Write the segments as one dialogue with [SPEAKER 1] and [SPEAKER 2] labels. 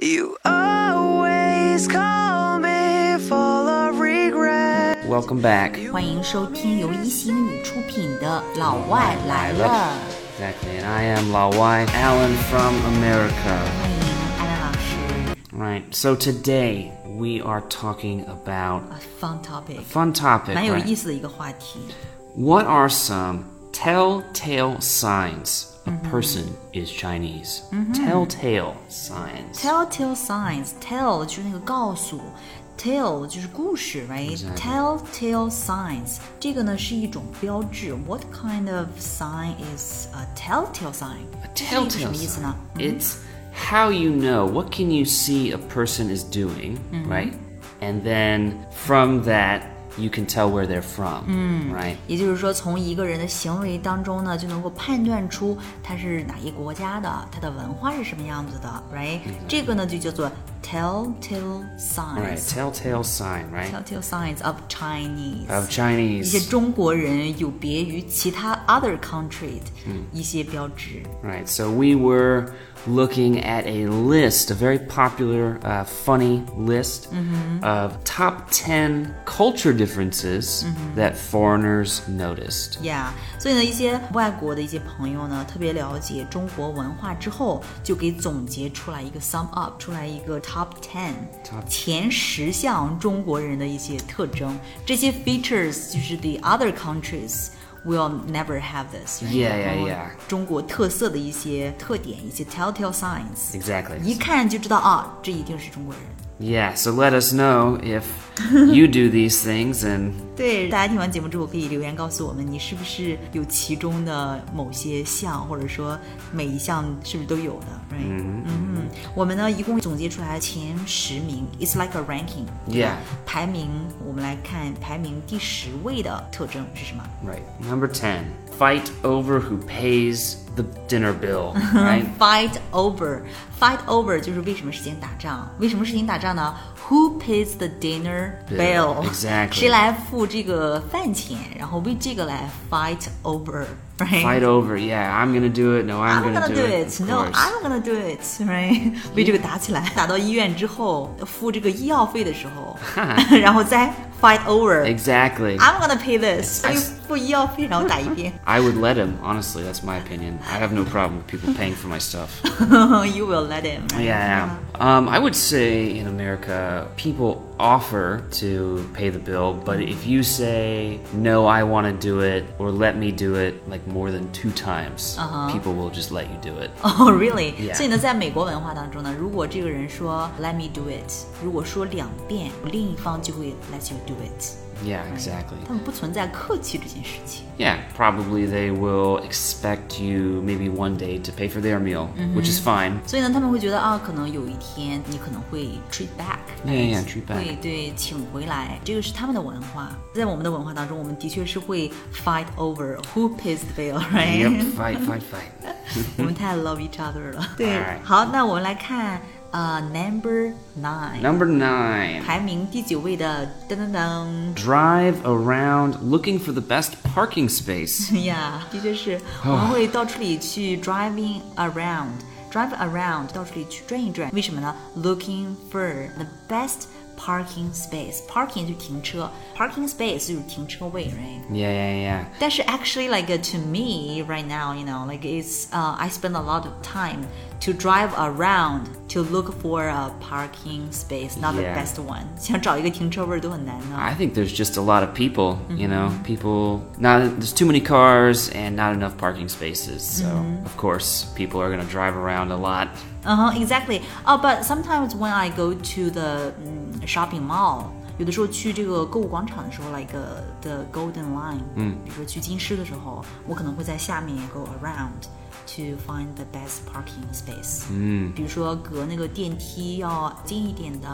[SPEAKER 1] You always call me full of regret.
[SPEAKER 2] Welcome back.
[SPEAKER 3] 欢迎收听由一席英语出品的《老外来了》，
[SPEAKER 2] Exactly. And I am Lao Wai, Alan from America.
[SPEAKER 3] 欢迎艾兰老师。
[SPEAKER 2] Right. So today we are talking about
[SPEAKER 3] A fun topic，
[SPEAKER 2] a fun topic.
[SPEAKER 3] 蛮有意
[SPEAKER 2] Right?
[SPEAKER 3] 思的一个话题。
[SPEAKER 2] What are some telltale signs a
[SPEAKER 3] Mm-hmm.
[SPEAKER 2] person is Chinese? Telltale signs.
[SPEAKER 3] Telltale signs，tell 就是那个告诉，tale 就是故事，right？Telltale signs 这个呢是一种标志。What kind of sign is a telltale sign？
[SPEAKER 2] A
[SPEAKER 3] 这是一
[SPEAKER 2] telltale
[SPEAKER 3] 个什么意思呢
[SPEAKER 2] sign.？It's how you know, what can you see a person is doing, right? And then from that, you can tell where they're from, right?
[SPEAKER 3] 也就是说，从一个人的行为当中呢，就能够判断出他是哪一国家的，他的文化是什么样子的，right？这个呢就叫做 telltale
[SPEAKER 2] Right,
[SPEAKER 3] signs。
[SPEAKER 2] telltale sign, right?
[SPEAKER 3] Telltale signs of Chinese，
[SPEAKER 2] Of
[SPEAKER 3] 一些
[SPEAKER 2] Chinese.
[SPEAKER 3] 中国人有别于其他 other country 的一些标志。
[SPEAKER 2] Right, so we were looking at a list, a very popular, uh, funny list of top 10 culture differences that foreigners noticed.
[SPEAKER 3] Yeah，所以呢，一些外国的一些朋友呢，特别了解中国文化之后，就给总结出来一个 sum up，出来一个 top ten，
[SPEAKER 2] Top
[SPEAKER 3] 前十项中国人的一些特征。这些 features 就是 the other countries will never have this。
[SPEAKER 2] Yeah, yeah, yeah.
[SPEAKER 3] 中国特色的一些特点，一些 telltale signs，
[SPEAKER 2] Exactly.
[SPEAKER 3] 一看就知道啊，这一定是中国人。
[SPEAKER 2] Yeah, so let us know if you do these things and
[SPEAKER 3] 对，大家听完节目之后可以留言告诉我们，你是不是有其中的某些项，或者说每一项是不是都有的？Right？嗯嗯，我们呢一共总结出来前十名，It's like a ranking。
[SPEAKER 2] yeah,
[SPEAKER 3] 排名，我们来看排名第十位的特征是什么
[SPEAKER 2] right. Number 10, fight over who pays the dinner bill, right?
[SPEAKER 3] ？Fight over。Fight over 就是为什么事情打仗？为什么事情打仗呢？Who pays the dinner
[SPEAKER 2] Bill,
[SPEAKER 3] bill？
[SPEAKER 2] exactly
[SPEAKER 3] 谁来付这个饭钱？然后为这个来 fight over，right？
[SPEAKER 2] Fight over, yeah, I'm gonna do it, no, I'm,
[SPEAKER 3] I'm
[SPEAKER 2] gonna,
[SPEAKER 3] gonna
[SPEAKER 2] do
[SPEAKER 3] do
[SPEAKER 2] it.
[SPEAKER 3] it.
[SPEAKER 2] of
[SPEAKER 3] No,
[SPEAKER 2] course.
[SPEAKER 3] I'm gonna do it. Right？为这个打起来，打到医院之后，付这个医药费的时候， 然后再 fight over。
[SPEAKER 2] Exactly.
[SPEAKER 3] I'm gonna pay this.
[SPEAKER 2] 哎
[SPEAKER 3] 又付医药费，然后打一遍。
[SPEAKER 2] I would let him, honestly, that's my opinion. I have no problem with people paying for my stuff.
[SPEAKER 3] you will let him.
[SPEAKER 2] Yeah,
[SPEAKER 3] right?
[SPEAKER 2] yeah. Um, I would say in America, people offer to pay the bill, but if you say, no, I want to do it, or let me do it, like more than two times, people will just let you do it.
[SPEAKER 3] 哦、r e a l l y
[SPEAKER 2] Yeah.
[SPEAKER 3] 所以呢，在美国文化当中呢，如果这个人说 "Let me do it"，如果说两遍，另一方就会 "Let you do it"。
[SPEAKER 2] Yeah, exactly.
[SPEAKER 3] 他们不存在客气这件事情。
[SPEAKER 2] Yeah, probably they will expect you maybe one day to pay for their meal, which is fine.
[SPEAKER 3] 所以呢，他们会觉得啊，可能有一天你可能会 treat back，
[SPEAKER 2] Yeah, yeah, treat back
[SPEAKER 3] 会对请回来，这个是他们的文化。在我们的文化当中，我们的确是会 fight over who pays the bill，right？、
[SPEAKER 2] Yep, fight, fight, fight.
[SPEAKER 3] 我们太 love each other 了。对
[SPEAKER 2] Alright
[SPEAKER 3] 好，那我们来看呃 number nine，
[SPEAKER 2] Number nine.
[SPEAKER 3] 排名第九位的噔噔噔。
[SPEAKER 2] drive around looking for the best parking space.
[SPEAKER 3] 呀，的确是，我们会到处里去 driving around。Drive around，到处里去转一转，为什么呢？Looking for the best parking space。Parking 就是停车，parking space 就是停车位，right？
[SPEAKER 2] Yeah, yeah, yeah.
[SPEAKER 3] 但是 actually like to me right now, you know, like it's uh, I spend a lot of time to drive around to look for a parking space, not the
[SPEAKER 2] Yeah.
[SPEAKER 3] best one。想找一个停车位都很难呢。
[SPEAKER 2] I think there's just a lot of people, you know, people not there's too many cars and not enough parking spaces. So, of course, people are going to drive around a lot.
[SPEAKER 3] Uh huh. Exactly. Uh, but sometimes when I go to the mm, shopping mall. 有的时候去这个购物广场的时候，like uh, the Golden Line，嗯，比如说去金狮的时候，我可能会在下面 go around to find the best parking space。嗯，比如说隔那个电梯要近一点的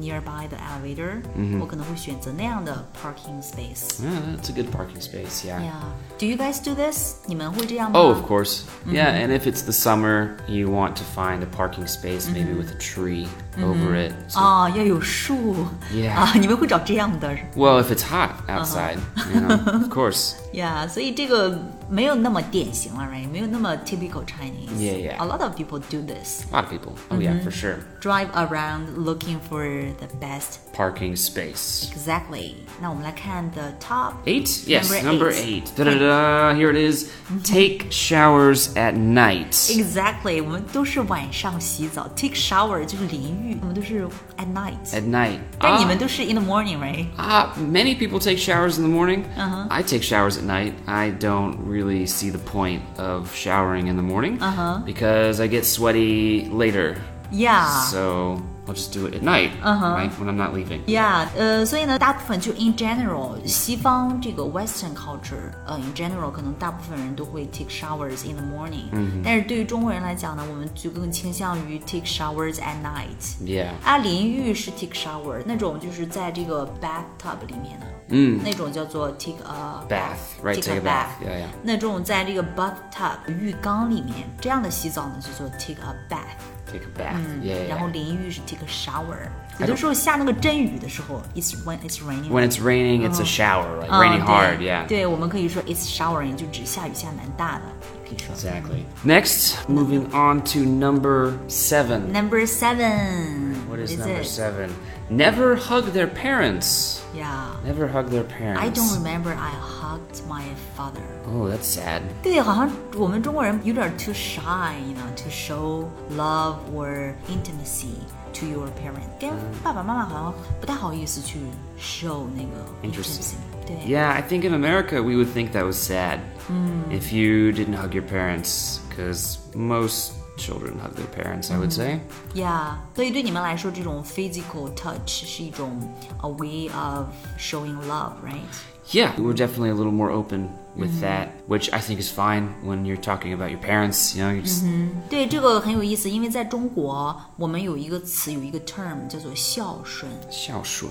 [SPEAKER 3] nearby the elevator，、嗯、我可能会选择那样的 parking space。
[SPEAKER 2] Yeah, that's a good parking space, yeah.
[SPEAKER 3] Yeah，do you guys do this？你们会这样吗
[SPEAKER 2] Oh, of course. Yeah, and if it's the summer, you want to find a parking space maybe with a tree over it. So-
[SPEAKER 3] 啊，要有树
[SPEAKER 2] Yeah
[SPEAKER 3] 啊，你们会找这样的
[SPEAKER 2] Well, if it's hot outside, you know, of course.
[SPEAKER 3] Yeah，所以这个没有那么典型了，right？没有那么 typical Chinese。
[SPEAKER 2] Yeah, yeah.
[SPEAKER 3] A lot of people do this.
[SPEAKER 2] A lot of people. Oh yeah, for sure.
[SPEAKER 3] Drive around looking for the best.
[SPEAKER 2] Parking space.
[SPEAKER 3] Exactly. 那我们来看 the top
[SPEAKER 2] Eight? Yes, number
[SPEAKER 3] Number
[SPEAKER 2] eight. Mm-hmm.
[SPEAKER 3] eight.
[SPEAKER 2] Da da da. Here it is. Take showers at night.
[SPEAKER 3] Exactly，我们都是晚上洗澡，take shower 就是淋浴，我们都是 at night。
[SPEAKER 2] At night.
[SPEAKER 3] 但你们
[SPEAKER 2] Ah,
[SPEAKER 3] 都是 in the morning，right？
[SPEAKER 2] ah, many people take showers in the morning. I take showers at night. I don't really see the point of showering in the morning because I get sweaty later. Ah.
[SPEAKER 3] Yeah.
[SPEAKER 2] So I'll just do it at night, right? When I'm not leaving.
[SPEAKER 3] Yeah，呃，所以呢，大部分就 in general，西方这个 Western culture，呃，in general，可能大部分人都会 take showers in the morning，、但是对于中国人来讲呢，我们就更倾向于 take showers at night。
[SPEAKER 2] Yeah.
[SPEAKER 3] 啊，淋浴是 take shower，那种就是在这个 bathtub 里面的，
[SPEAKER 2] 嗯，
[SPEAKER 3] 那种叫做 take a
[SPEAKER 2] Mm. Bath, right?
[SPEAKER 3] take
[SPEAKER 2] Take a
[SPEAKER 3] a
[SPEAKER 2] bath.
[SPEAKER 3] bath，
[SPEAKER 2] Yeah, yeah.
[SPEAKER 3] 那种在这个 bathtub 浴缸里面这样的洗澡呢，就做 take a bath，
[SPEAKER 2] Take a bath. Mm. Yeah, yeah,
[SPEAKER 3] 然
[SPEAKER 2] yeah.
[SPEAKER 3] 后淋浴是 take a shower。有的时候下那个阵雨的时候，it's when it's raining。
[SPEAKER 2] When it's raining, it's a shower, right?
[SPEAKER 3] 嗯
[SPEAKER 2] Raining
[SPEAKER 3] 对
[SPEAKER 2] hard, Oh. yeah.
[SPEAKER 3] 对，我们可以说 it's showering，就指下雨下蛮大的，也可以说。
[SPEAKER 2] Exactly. Next, moving on to number seven.
[SPEAKER 3] Number seven，
[SPEAKER 2] What is
[SPEAKER 3] it?
[SPEAKER 2] number seven? Never hug their parents.
[SPEAKER 3] Yeah.
[SPEAKER 2] Never hug their parents.
[SPEAKER 3] I don't remember I hugged my father.
[SPEAKER 2] Oh, that's sad.
[SPEAKER 3] 对，好像我们中国人有点 too shy，you know, to show love or intimacy to your parent，跟爸爸妈妈好像不太好意思去 show 那个
[SPEAKER 2] Interesting.
[SPEAKER 3] intimacy。对
[SPEAKER 2] Yeah, I think in America we would think that was sad
[SPEAKER 3] Hmm.
[SPEAKER 2] if you didn't hug your parents, because most children hug their parents, I would
[SPEAKER 3] Hmm.
[SPEAKER 2] say.
[SPEAKER 3] ，Yeah，所以对你们来说，这种 physical touch 是一种 a way of showing love，right？
[SPEAKER 2] Yeah, we were definitely a little more open with
[SPEAKER 3] Mm-hmm.
[SPEAKER 2] that, which I think is fine when you're talking about your parents. You know, you just
[SPEAKER 3] 对，这个很有意思，因为在中国，我们有一个词，有一个 term 叫做孝顺。嗯
[SPEAKER 2] 孝顺.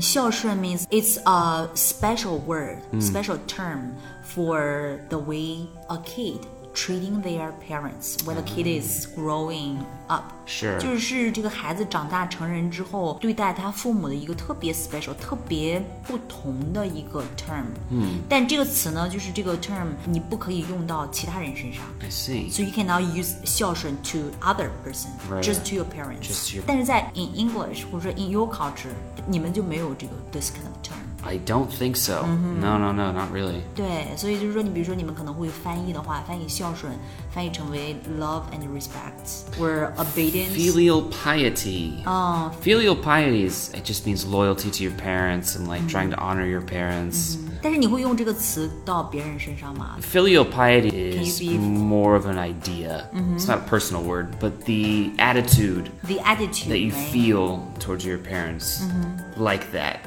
[SPEAKER 3] 孝顺 means it's a special word, special term for the way a kid treating their parents when the kid is growing up.
[SPEAKER 2] Sure.
[SPEAKER 3] 就是这个孩子长大成人之后，对待他父母的一个特别 special、特别不同的一个 term。嗯，但这个词呢，就是这个 term 你不可以用到其他人身上。
[SPEAKER 2] I see.
[SPEAKER 3] So you cannot use 孝顺 to other person,
[SPEAKER 2] Right.
[SPEAKER 3] just to your parents.
[SPEAKER 2] Just to your-
[SPEAKER 3] 但是在 in English 或者说 in your culture，你们就没有这个 this kind of term。
[SPEAKER 2] I don't think so.
[SPEAKER 3] Mm-hmm.
[SPEAKER 2] No, no, no, not really.
[SPEAKER 3] 对，所以就是说，你比如说，你们可能会翻译的话，翻译孝顺，翻译成为 love and respect or obedience。
[SPEAKER 2] Filial piety.
[SPEAKER 3] Oh.
[SPEAKER 2] Filial piety is it just means loyalty to your parents and like trying to honor your parents.
[SPEAKER 3] 但是你会用这个词到别人身上吗？
[SPEAKER 2] Filial piety is
[SPEAKER 3] be- Mm-hmm.
[SPEAKER 2] more of an idea. It's not a personal word, but the attitude
[SPEAKER 3] The attitude
[SPEAKER 2] that you
[SPEAKER 3] right?
[SPEAKER 2] feel towards your parents like that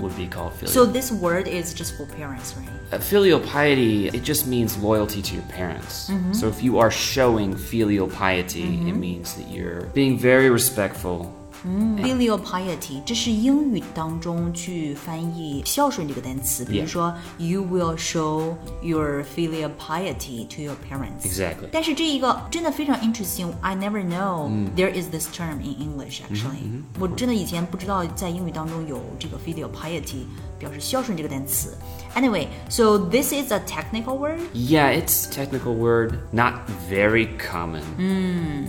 [SPEAKER 2] would be called filial.
[SPEAKER 3] Mm-hmm. So this word is just for parents, right?
[SPEAKER 2] Uh, filial piety it just means loyalty to your parents
[SPEAKER 3] Mm-hmm.
[SPEAKER 2] so if you are showing filial piety it means that you're being very respectful
[SPEAKER 3] Mm. Filial piety，这是英语当中去翻译孝顺这个单词。比如说，You will show your filial piety to your parents。
[SPEAKER 2] Exactly
[SPEAKER 3] 但是这一个真的非常 interesting。I never know、there is this term in English actually、我真的以前不知道在英语当中有这个 filial piety 表示孝顺这个单词。Anyway，so this is a technical word。
[SPEAKER 2] yeah it's a technical word not very common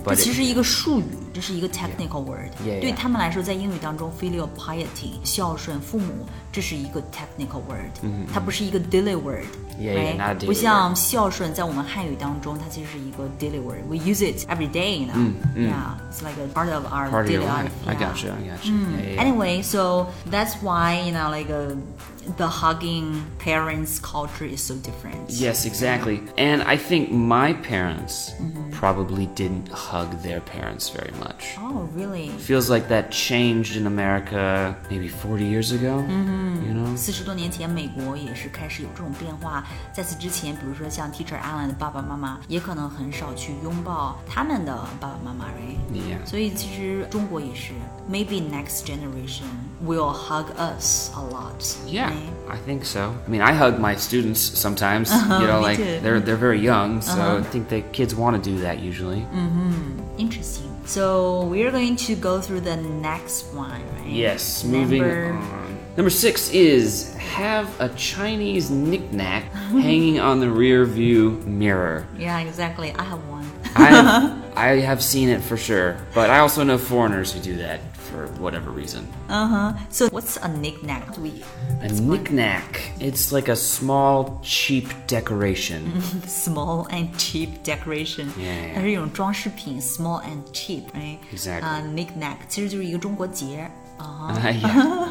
[SPEAKER 2] but
[SPEAKER 3] 这其
[SPEAKER 2] it-
[SPEAKER 3] 实一个术语，这是一个 technical word。
[SPEAKER 2] Yeah, yeah.
[SPEAKER 3] 对他们来说，在英语当中，filial piety 孝顺父母，这是一个 technical word，、它不是一个 daily word。
[SPEAKER 2] Yeah, yeah,
[SPEAKER 3] right?
[SPEAKER 2] not a daily
[SPEAKER 3] 不像孝顺，在我们汉语当中，它其实是一个 daily word。We use it every day，you know、Yeah, it's like a part of our
[SPEAKER 2] part of your
[SPEAKER 3] daily
[SPEAKER 2] life
[SPEAKER 3] life.
[SPEAKER 2] i got you i
[SPEAKER 3] yeah. Hmm,
[SPEAKER 2] got you Yeah, yeah, yeah.
[SPEAKER 3] Anyway, so that's why you know, like uh, the hugging parents culture is so different.
[SPEAKER 2] yes exactly and i think my parents probably didn't hug their parents very much
[SPEAKER 3] Mm-hmm. Oh, really?
[SPEAKER 2] feels like that changed in america maybe 40 years ago
[SPEAKER 3] Mm-hmm.
[SPEAKER 2] you know
[SPEAKER 3] 四十多年前，美国也是开始有这种变化。在此之前，比如说像 Teacher Allen 的爸爸妈妈，也可能很少去拥抱他们的爸爸妈妈，right？
[SPEAKER 2] yeah
[SPEAKER 3] 所以其实中国也是，maybe next generation will hug us a lot。
[SPEAKER 2] Yeah,
[SPEAKER 3] right?
[SPEAKER 2] I think so. I mean, I hug my students sometimes. you know,
[SPEAKER 3] Uh-huh, me
[SPEAKER 2] like
[SPEAKER 3] too. Uh-huh.
[SPEAKER 2] they're they're very young, so I think the kids want to do that usually.
[SPEAKER 3] Interesting. So we're going to go through the next one, right?
[SPEAKER 2] Yes, moving
[SPEAKER 3] Number
[SPEAKER 2] on. Number six is have a Chinese knickknack hanging on the rear view mirror.
[SPEAKER 3] Yeah, exactly. I have one.
[SPEAKER 2] I, I have seen it for sure, but I also know foreigners who do that for whatever reason.
[SPEAKER 3] Uh huh. So what's a knickknack? We
[SPEAKER 2] A knickknack. It's like a small, cheap decoration.
[SPEAKER 3] small and cheap decoration，
[SPEAKER 2] Yeah.
[SPEAKER 3] 它是一种装饰品，small and cheap，right？
[SPEAKER 2] Exactly.
[SPEAKER 3] 啊、n i c k n a c k 其实就是一个中国结儿 啊哈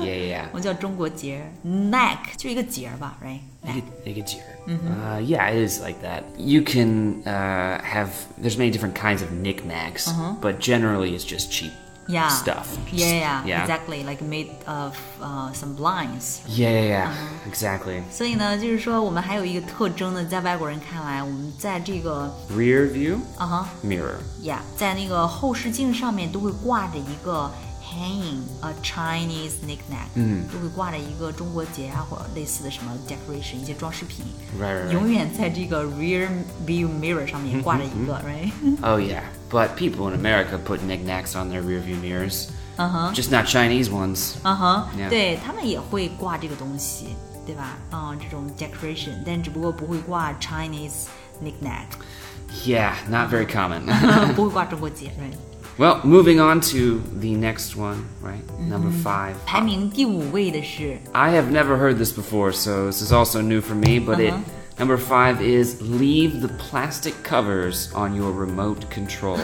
[SPEAKER 2] yeah, yeah, yeah.
[SPEAKER 3] 我们叫中国结儿，neck 就一个结儿吧，right？neck，
[SPEAKER 2] Uh, yeah, it is like that. You can uh, have. There's many different kinds of knickknacks, but generally it's just cheap
[SPEAKER 3] Yeah.
[SPEAKER 2] stuff. Just-
[SPEAKER 3] Yeah, yeah,
[SPEAKER 2] yeah.
[SPEAKER 3] exactly. Like made of uh, some blinds.
[SPEAKER 2] Yeah, yeah, yeah. Exactly.
[SPEAKER 3] 所以呢，就是说我们还有一个特征呢，在外国人看来，我们在这个
[SPEAKER 2] Rear view
[SPEAKER 3] 啊哈
[SPEAKER 2] mirror.
[SPEAKER 3] yeah，在那个后视镜上面都会挂着一个 hanging a Chinese knickknack，嗯，都会挂着一个中国结啊或者类似的什么 decoration 一些装饰品
[SPEAKER 2] Right, right, right.
[SPEAKER 3] 永远在这个 rear view mirror 上面挂着一个、right？
[SPEAKER 2] Oh yeah, but people in America put knickknacks on their rearview mirrors.
[SPEAKER 3] 嗯哼，
[SPEAKER 2] Just not Chinese ones.
[SPEAKER 3] 嗯哼
[SPEAKER 2] Yeah.
[SPEAKER 3] 对他们也会挂这个东西，对吧？嗯，这种 decoration，但只不过不会挂 Chinese knickknack，
[SPEAKER 2] Yeah, not very common.
[SPEAKER 3] 不会挂中国结，right？
[SPEAKER 2] well, moving on to the next one, right? Number
[SPEAKER 3] Mm-hmm.
[SPEAKER 2] five.
[SPEAKER 3] 排名第五位的是
[SPEAKER 2] I have never heard this before, so this is also new for me. But
[SPEAKER 3] Uh-huh.
[SPEAKER 2] it number five is leave the plastic covers on your remote control.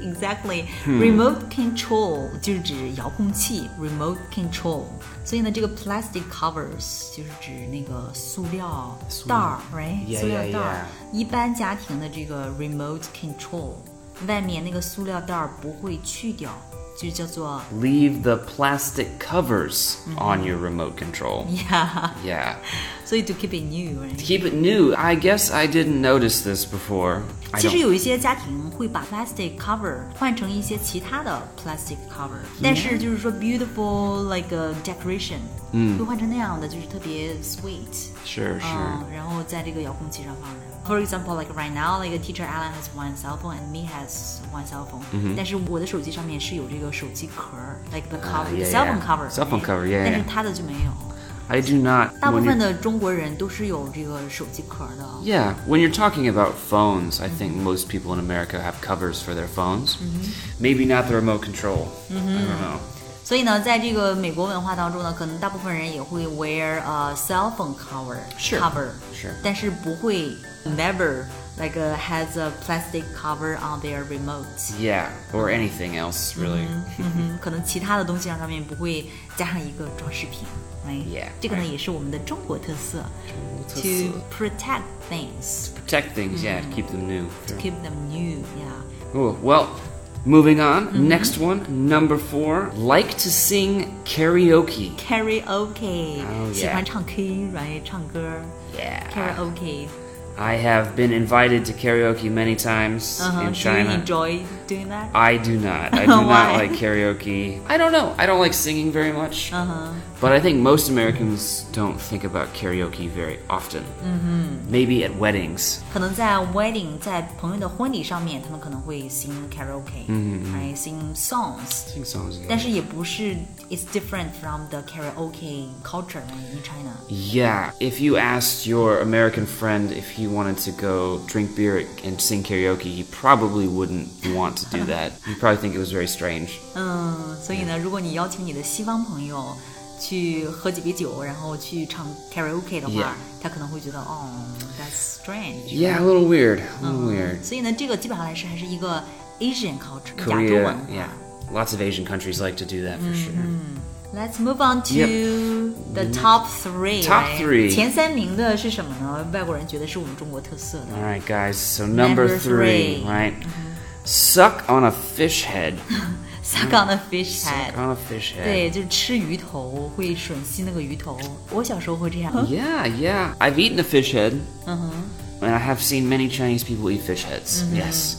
[SPEAKER 3] Exactly. Remote control 就是指遥控器，remote control。所以呢，这个 plastic covers 就是指那个塑料袋儿，right？
[SPEAKER 2] Yeah,
[SPEAKER 3] 塑料
[SPEAKER 2] yeah,
[SPEAKER 3] 袋儿。一般家庭的这个 remote control，外面那个塑料袋儿不会去掉，就叫做
[SPEAKER 2] leave the plastic covers on your remote control.
[SPEAKER 3] yeah。
[SPEAKER 2] Yeah.
[SPEAKER 3] 所以 to keep it new，right？
[SPEAKER 2] Keep it new. I guess I didn't notice this before. I
[SPEAKER 3] 其实
[SPEAKER 2] don't-
[SPEAKER 3] 有一些家庭会把 plastic cover 换成一些其他的 plastic cover，但是就是说 beautiful like a decoration，嗯，会换成那样的，就是特别 sweet，
[SPEAKER 2] Sure, sure.
[SPEAKER 3] 嗯，然后在这个遥控器上放着。For example, like right now, like teacher Alan has one cell phone and me has one cell phone，、但
[SPEAKER 2] Mm-hmm.
[SPEAKER 3] 是我的手机上面是有这个手机壳儿，like the cover,、
[SPEAKER 2] Uh, yeah,
[SPEAKER 3] cell phone
[SPEAKER 2] yeah.
[SPEAKER 3] cover,
[SPEAKER 2] Cell phone cover, yeah,
[SPEAKER 3] 但是
[SPEAKER 2] yeah.
[SPEAKER 3] 他的就没有。
[SPEAKER 2] I do not.
[SPEAKER 3] 大部
[SPEAKER 2] when
[SPEAKER 3] 分
[SPEAKER 2] you're-
[SPEAKER 3] 的中国人都是有这个手机壳儿的。
[SPEAKER 2] Yeah, when you're talking about phones, I think most people in America have covers for their phones. Maybe not the remote control. I don't know.
[SPEAKER 3] 所以呢，在这个美国文化当中呢，可能大部分人也会 wear a cell phone cover
[SPEAKER 2] Sure.
[SPEAKER 3] cover，
[SPEAKER 2] Sure.
[SPEAKER 3] 但是不会 never like a, has a plastic cover on their remote。
[SPEAKER 2] Yeah, or anything else really.
[SPEAKER 3] 嗯哼，可能其他的东西上面不会加上一个装饰品。哎
[SPEAKER 2] Yeah.
[SPEAKER 3] 这个呢也是我们的中国特色
[SPEAKER 2] 特色
[SPEAKER 3] ，to protect things,
[SPEAKER 2] Protect things, yeah, to keep them new.
[SPEAKER 3] keep them new. Yeah.
[SPEAKER 2] Ooh, well, moving on.
[SPEAKER 3] Mm-hmm.
[SPEAKER 2] Next one, number four. Like to sing karaoke.
[SPEAKER 3] Karaoke，、
[SPEAKER 2] Oh,
[SPEAKER 3] 喜欢
[SPEAKER 2] yeah.
[SPEAKER 3] 唱 K，然后唱歌。
[SPEAKER 2] Yeah.
[SPEAKER 3] Karaoke，
[SPEAKER 2] I have been invited to karaoke many times
[SPEAKER 3] 嗯哼、
[SPEAKER 2] in
[SPEAKER 3] d o Uh-huh. you
[SPEAKER 2] China.
[SPEAKER 3] enjoy doing that？
[SPEAKER 2] I do not. I do not
[SPEAKER 3] Why?
[SPEAKER 2] like karaoke. I don't know. I don't like singing very much.
[SPEAKER 3] 嗯哼。
[SPEAKER 2] But I think most Americans don't think about karaoke very often. Mm-hmm. Maybe at weddings.
[SPEAKER 3] 可能在 wedding 在朋友的婚礼上面，他们可能会 sing
[SPEAKER 2] 嗯
[SPEAKER 3] karaoke，来 sing songs，
[SPEAKER 2] Sing songs.
[SPEAKER 3] 但是也不是 it's different from the karaoke culture in China。
[SPEAKER 2] Yeah, if you asked your American friend if he wanted to go drink beer and sing karaoke, he probably wouldn't want to do that. He'd probably think it was very strange.
[SPEAKER 3] 嗯，所以呢，如果你邀请你的西方朋友去喝几杯酒，然后去唱 karaoke 的话
[SPEAKER 2] Yeah.
[SPEAKER 3] 他可能会觉得哦，that's strange。嗯
[SPEAKER 2] Yeah, a little weird. A little
[SPEAKER 3] Uh-huh.
[SPEAKER 2] weird.
[SPEAKER 3] 所以呢，这个基本上来说还是一个 Asian culture 亚洲
[SPEAKER 2] Korea,
[SPEAKER 3] 文化。
[SPEAKER 2] yeah. Lots of Asian countries like to do that for
[SPEAKER 3] Mm-hmm.
[SPEAKER 2] sure.
[SPEAKER 3] Let's move on to the top three.
[SPEAKER 2] Top
[SPEAKER 3] right?
[SPEAKER 2] three.
[SPEAKER 3] 前三名的是什么呢？外国人觉得是我们中国特色的。
[SPEAKER 2] All right, guys. So number, three,
[SPEAKER 3] Number three. Mm-hmm.
[SPEAKER 2] right? Suck on a fish head.
[SPEAKER 3] Suck on
[SPEAKER 2] 嗯
[SPEAKER 3] the fish head.
[SPEAKER 2] Suck on a fish head.
[SPEAKER 3] 对，就是吃鱼头，会吮吸那个鱼头。我小时候会这样。
[SPEAKER 2] Yeah, yeah. I've eaten a fish head. And I have seen many Chinese people eat fish heads. Yes.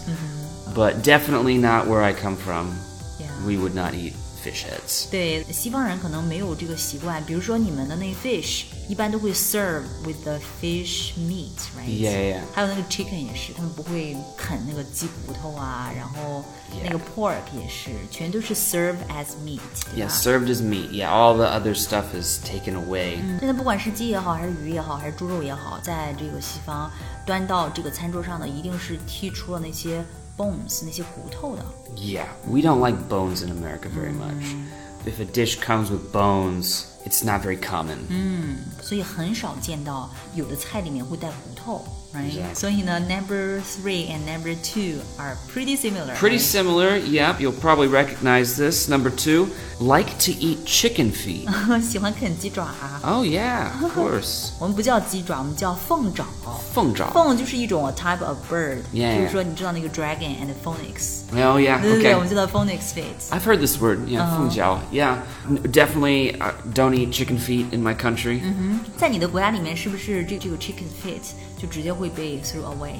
[SPEAKER 2] But definitely not where I come from.
[SPEAKER 3] Yeah.
[SPEAKER 2] We would not eat fish heads.
[SPEAKER 3] 对，西方人可能没有这个习惯。比如说你们的那 fish 一般都会 serve with the fish meat，right？
[SPEAKER 2] Yeah, yeah, yeah.
[SPEAKER 3] 还有那个 chicken 也是，他们不会啃那个鸡骨头啊，然后那个 pork 也是，全都是 serve as meat，对
[SPEAKER 2] Yeah,
[SPEAKER 3] 吧？
[SPEAKER 2] served as meat. Yeah, all the other stuff is taken away.
[SPEAKER 3] 对，那不管是鸡也好，还是鱼也好，还是猪肉也好，在这个西方端到这个餐桌上的，一定是剔出了那些 bones 那些骨头的。
[SPEAKER 2] Yeah, we don't like bones in America very much. If a dish comes with bones, it's not very common.
[SPEAKER 3] 所以很少见到有的菜里面会带骨头，right？、
[SPEAKER 2] Exactly.
[SPEAKER 3] 所以呢，number three and number two are pretty similar。
[SPEAKER 2] Pretty
[SPEAKER 3] right?
[SPEAKER 2] similar, yep, you'll probably recognize this. Number two, like to eat chicken feet.
[SPEAKER 3] 喜欢啃鸡爪，啊
[SPEAKER 2] oh, yeah, of course.
[SPEAKER 3] 我们不叫鸡爪，我们叫凤爪。
[SPEAKER 2] 凤爪.
[SPEAKER 3] 凤就是一种 type of bird，
[SPEAKER 2] Yeah,
[SPEAKER 3] 就是说你知道那个 dragon and phoenix，
[SPEAKER 2] Oh, yeah,
[SPEAKER 3] 对对对，我们
[SPEAKER 2] okay.
[SPEAKER 3] 叫做 phoenix feet。
[SPEAKER 2] I've heard this word, yeah,
[SPEAKER 3] Oh.
[SPEAKER 2] fengjiao. Yeah, N- definitely uh, don't eat chicken feet in my country.
[SPEAKER 3] Mm-hmm. 在你的国家里面，是不是这这个 chicken feet 就直接会被 throw away？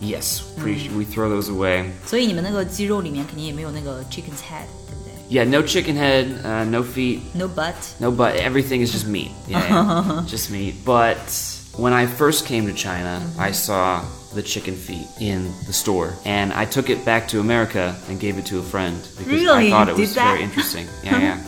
[SPEAKER 2] Yes, pretty,
[SPEAKER 3] Mm-hmm.
[SPEAKER 2] we throw those away.
[SPEAKER 3] 所以你们那个鸡肉里面肯定也没有那个 chicken's head，对不对
[SPEAKER 2] Yeah, no chicken head, uh, no feet,
[SPEAKER 3] ？No butt，
[SPEAKER 2] No, but everything is just meat. Yeah, yeah. just meat. But when I first came to China,
[SPEAKER 3] Mm-hmm.
[SPEAKER 2] I saw the chicken feet in the store, and I took it back to America and gave it to a friend because
[SPEAKER 3] Really?
[SPEAKER 2] I thought it
[SPEAKER 3] You
[SPEAKER 2] was
[SPEAKER 3] did that?
[SPEAKER 2] very interesting. Yeah, yeah.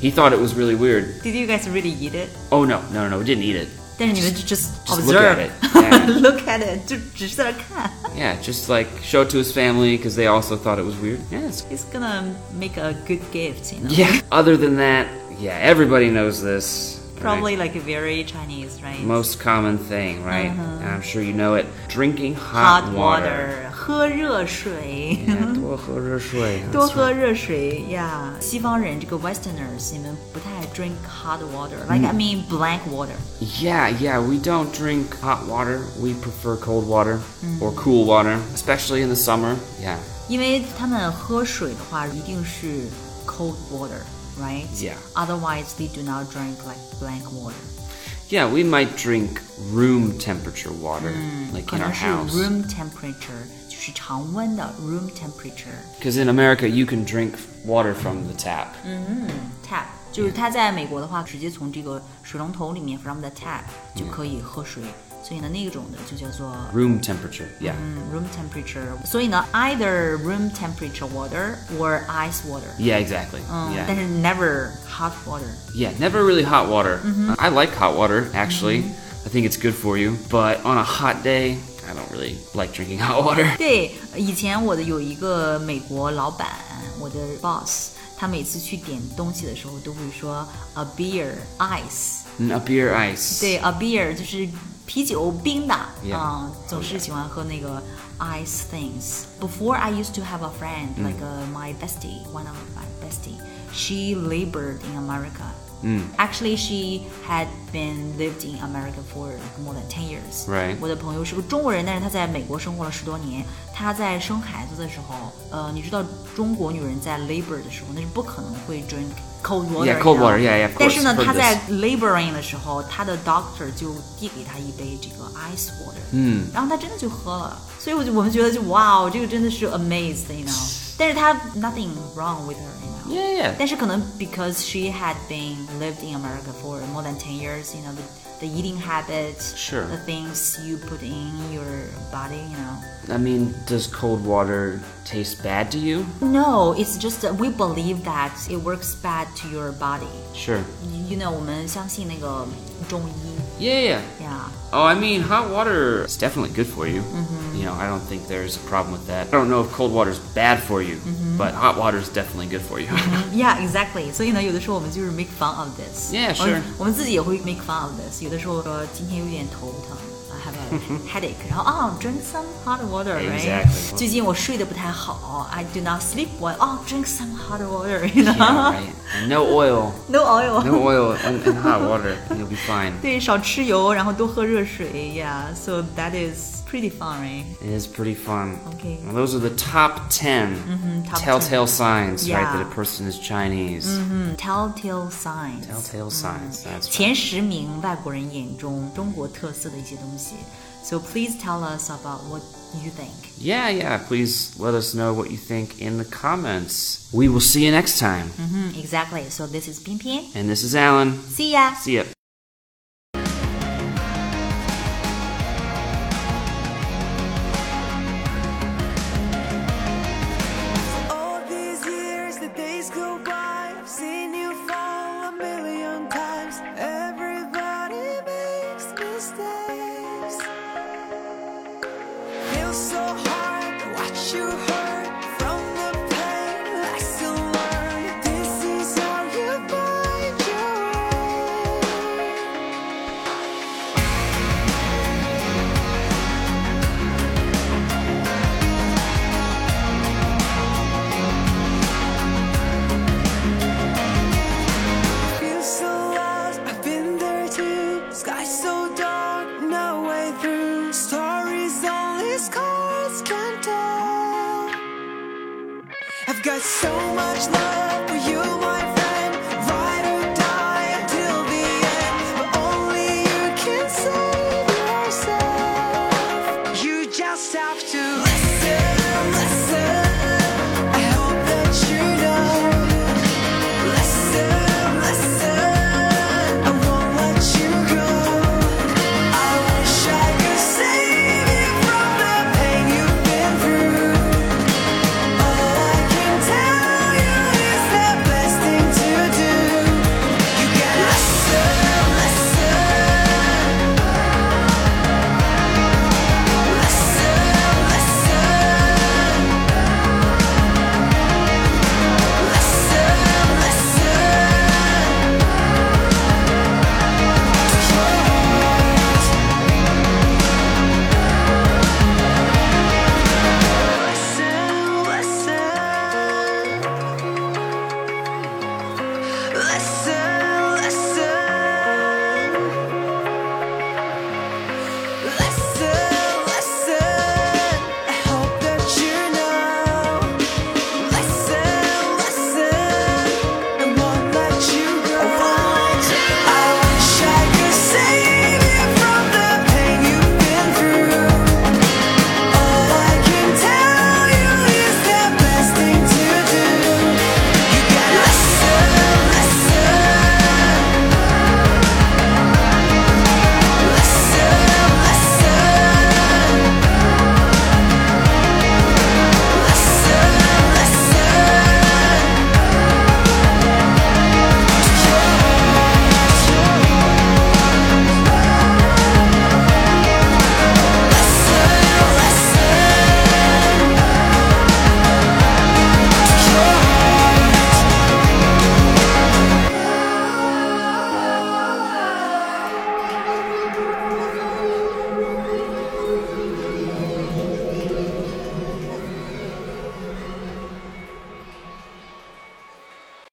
[SPEAKER 2] He thought it was really weird.
[SPEAKER 3] Did you guys really eat it？
[SPEAKER 2] Oh no, no, no, no! We didn't eat it.
[SPEAKER 3] 但是你们就 just
[SPEAKER 2] just look at
[SPEAKER 3] observe，
[SPEAKER 2] it. Yeah.
[SPEAKER 3] look at it，就只是在那看。
[SPEAKER 2] Yeah, just like show it to his family because they also thought it was weird. Yeah, it's
[SPEAKER 3] It's gonna make a good gift, you know.
[SPEAKER 2] yeah. Other than that, yeah, everybody knows this. right?
[SPEAKER 3] Probably like a very Chinese, right?
[SPEAKER 2] most common thing, right? And I'm sure you know it. Drinking hot,
[SPEAKER 3] Uh-huh. hot water，喝热水。
[SPEAKER 2] Yeah, 多喝热水，
[SPEAKER 3] 多喝热水呀西方人这个 Westerners，你们不太 drink hot water，like、I mean blank water。
[SPEAKER 2] Yeah, yeah, we don't drink hot water. We prefer cold water
[SPEAKER 3] Mm-hmm.
[SPEAKER 2] or cool water, especially in the summer. Yeah,
[SPEAKER 3] 因为他们喝水的话，一定是 cold water，right？
[SPEAKER 2] Yeah.
[SPEAKER 3] Otherwise, they do not drink like blank water。
[SPEAKER 2] yeah, we might drink room temperature water, like
[SPEAKER 3] 可
[SPEAKER 2] in our
[SPEAKER 3] 能是
[SPEAKER 2] house.
[SPEAKER 3] room temperature，就是常温的 room temperature。
[SPEAKER 2] Because in America, you can drink water from the tap. Mm-hmm.
[SPEAKER 3] tap，就是它在美国的话，直接从这个水龙头里面 from the tap 就可以喝水，所以呢，那种的就叫做
[SPEAKER 2] Room temperature, yeah.
[SPEAKER 3] 嗯 room temperature。所以呢，either room temperature water or ice water，
[SPEAKER 2] Yeah, exactly.
[SPEAKER 3] 嗯，但
[SPEAKER 2] Yeah,
[SPEAKER 3] 是 never hot water。
[SPEAKER 2] yeah, never really hot water. Uh, I like hot water, actually. I think it's good for you. But on a hot day, I don't really like drinking hot water.
[SPEAKER 3] 对，以前我的有一个美国老板，我的 boss，他每次去点东西的时候都会说 a beer ice。
[SPEAKER 2] Mm, A beer ice.
[SPEAKER 3] 对，a beer 就是啤酒冰的啊
[SPEAKER 2] Yeah.
[SPEAKER 3] 总是喜欢喝那个 ice things。Before I used to have a friend like、uh, my bestie, one of my bestie. She labored in America. Actually, she had been lived in America for like more than ten years.
[SPEAKER 2] Right.
[SPEAKER 3] 我的朋友是个中国人，但是她在美国生活了十多年。她在生孩子的时候，呃，你知道中国女人在 labor 的时候，那是不可能会 drink cold water。
[SPEAKER 2] Yeah, cold water,
[SPEAKER 3] 你知道
[SPEAKER 2] yeah, yeah, of
[SPEAKER 3] 但是呢
[SPEAKER 2] course,，heard
[SPEAKER 3] 她在 laboring 的时候，她的 doctor 就递给她一杯这个 ice water，嗯，
[SPEAKER 2] Mm.
[SPEAKER 3] 然后她真的就喝了，所以我就我们觉得就哇哦，这个真的是 amazed，you know，但是她 nothing wrong with her，you know。
[SPEAKER 2] Yeah, yeah.
[SPEAKER 3] 但是可能 because she had been lived in America for more than ten years, you know the the eating habits,
[SPEAKER 2] Sure.
[SPEAKER 3] the things you put in your body, you know.
[SPEAKER 2] I mean, does cold water taste bad to you?
[SPEAKER 3] No, it's just that we believe that it works bad to your body.
[SPEAKER 2] Sure.
[SPEAKER 3] You know，我们相信那个中医
[SPEAKER 2] Yeah, yeah.
[SPEAKER 3] 呀。
[SPEAKER 2] Oh, I mean, hot water is definitely good for you. You know, I don't think there's a problem with that. I don't know if cold water is bad for you, but hot water is definitely good for you.
[SPEAKER 3] Yeah, exactly. 所以呢，有的时候我们就是 make fun of this.
[SPEAKER 2] Yeah,
[SPEAKER 3] 我们
[SPEAKER 2] sure.
[SPEAKER 3] 我们自己也会 make fun of this. 有的时候说今天有点头疼，I have a headache. 然后啊、d r i n k some hot water, right?
[SPEAKER 2] Exactly.
[SPEAKER 3] 最近我睡得不太好，I do not sleep well. 哦、d r i n k some hot water, you know?
[SPEAKER 2] yeah, right. And no oil.
[SPEAKER 3] No oil.
[SPEAKER 2] No oil in, in hot water. You'll be fine.
[SPEAKER 3] 对，少吃油，然后多喝热水，Yeah. So that is pretty fun, right?
[SPEAKER 2] It is pretty fun.
[SPEAKER 3] Okay.
[SPEAKER 2] Well, those are the top 10
[SPEAKER 3] Mm-hmm, 嗯 top
[SPEAKER 2] telltale signs, right,
[SPEAKER 3] Yeah.
[SPEAKER 2] that a person is Chinese.
[SPEAKER 3] Mm, Telltale signs.
[SPEAKER 2] Telltale signs. That's right.
[SPEAKER 3] 前十名外国人眼中中国特色的一些东西。So please tell us about what you think.
[SPEAKER 2] Yeah, yeah. Please let us know what you think in the comments. We will see you next time.
[SPEAKER 3] Hmm, exactly. So this is Pin Pin.
[SPEAKER 2] And this is Alan.
[SPEAKER 3] See ya.
[SPEAKER 2] See ya.
[SPEAKER 1] All these years, the days go by. I've seen you fall a million times. Everybody makes mistakes. Feels so hard to watch you hurt. From the pain, lesson learned. This is how you find your way. feel so lost. I've been there too. Sky so dark, no way through. Stories only scars can tell. I've got so much love.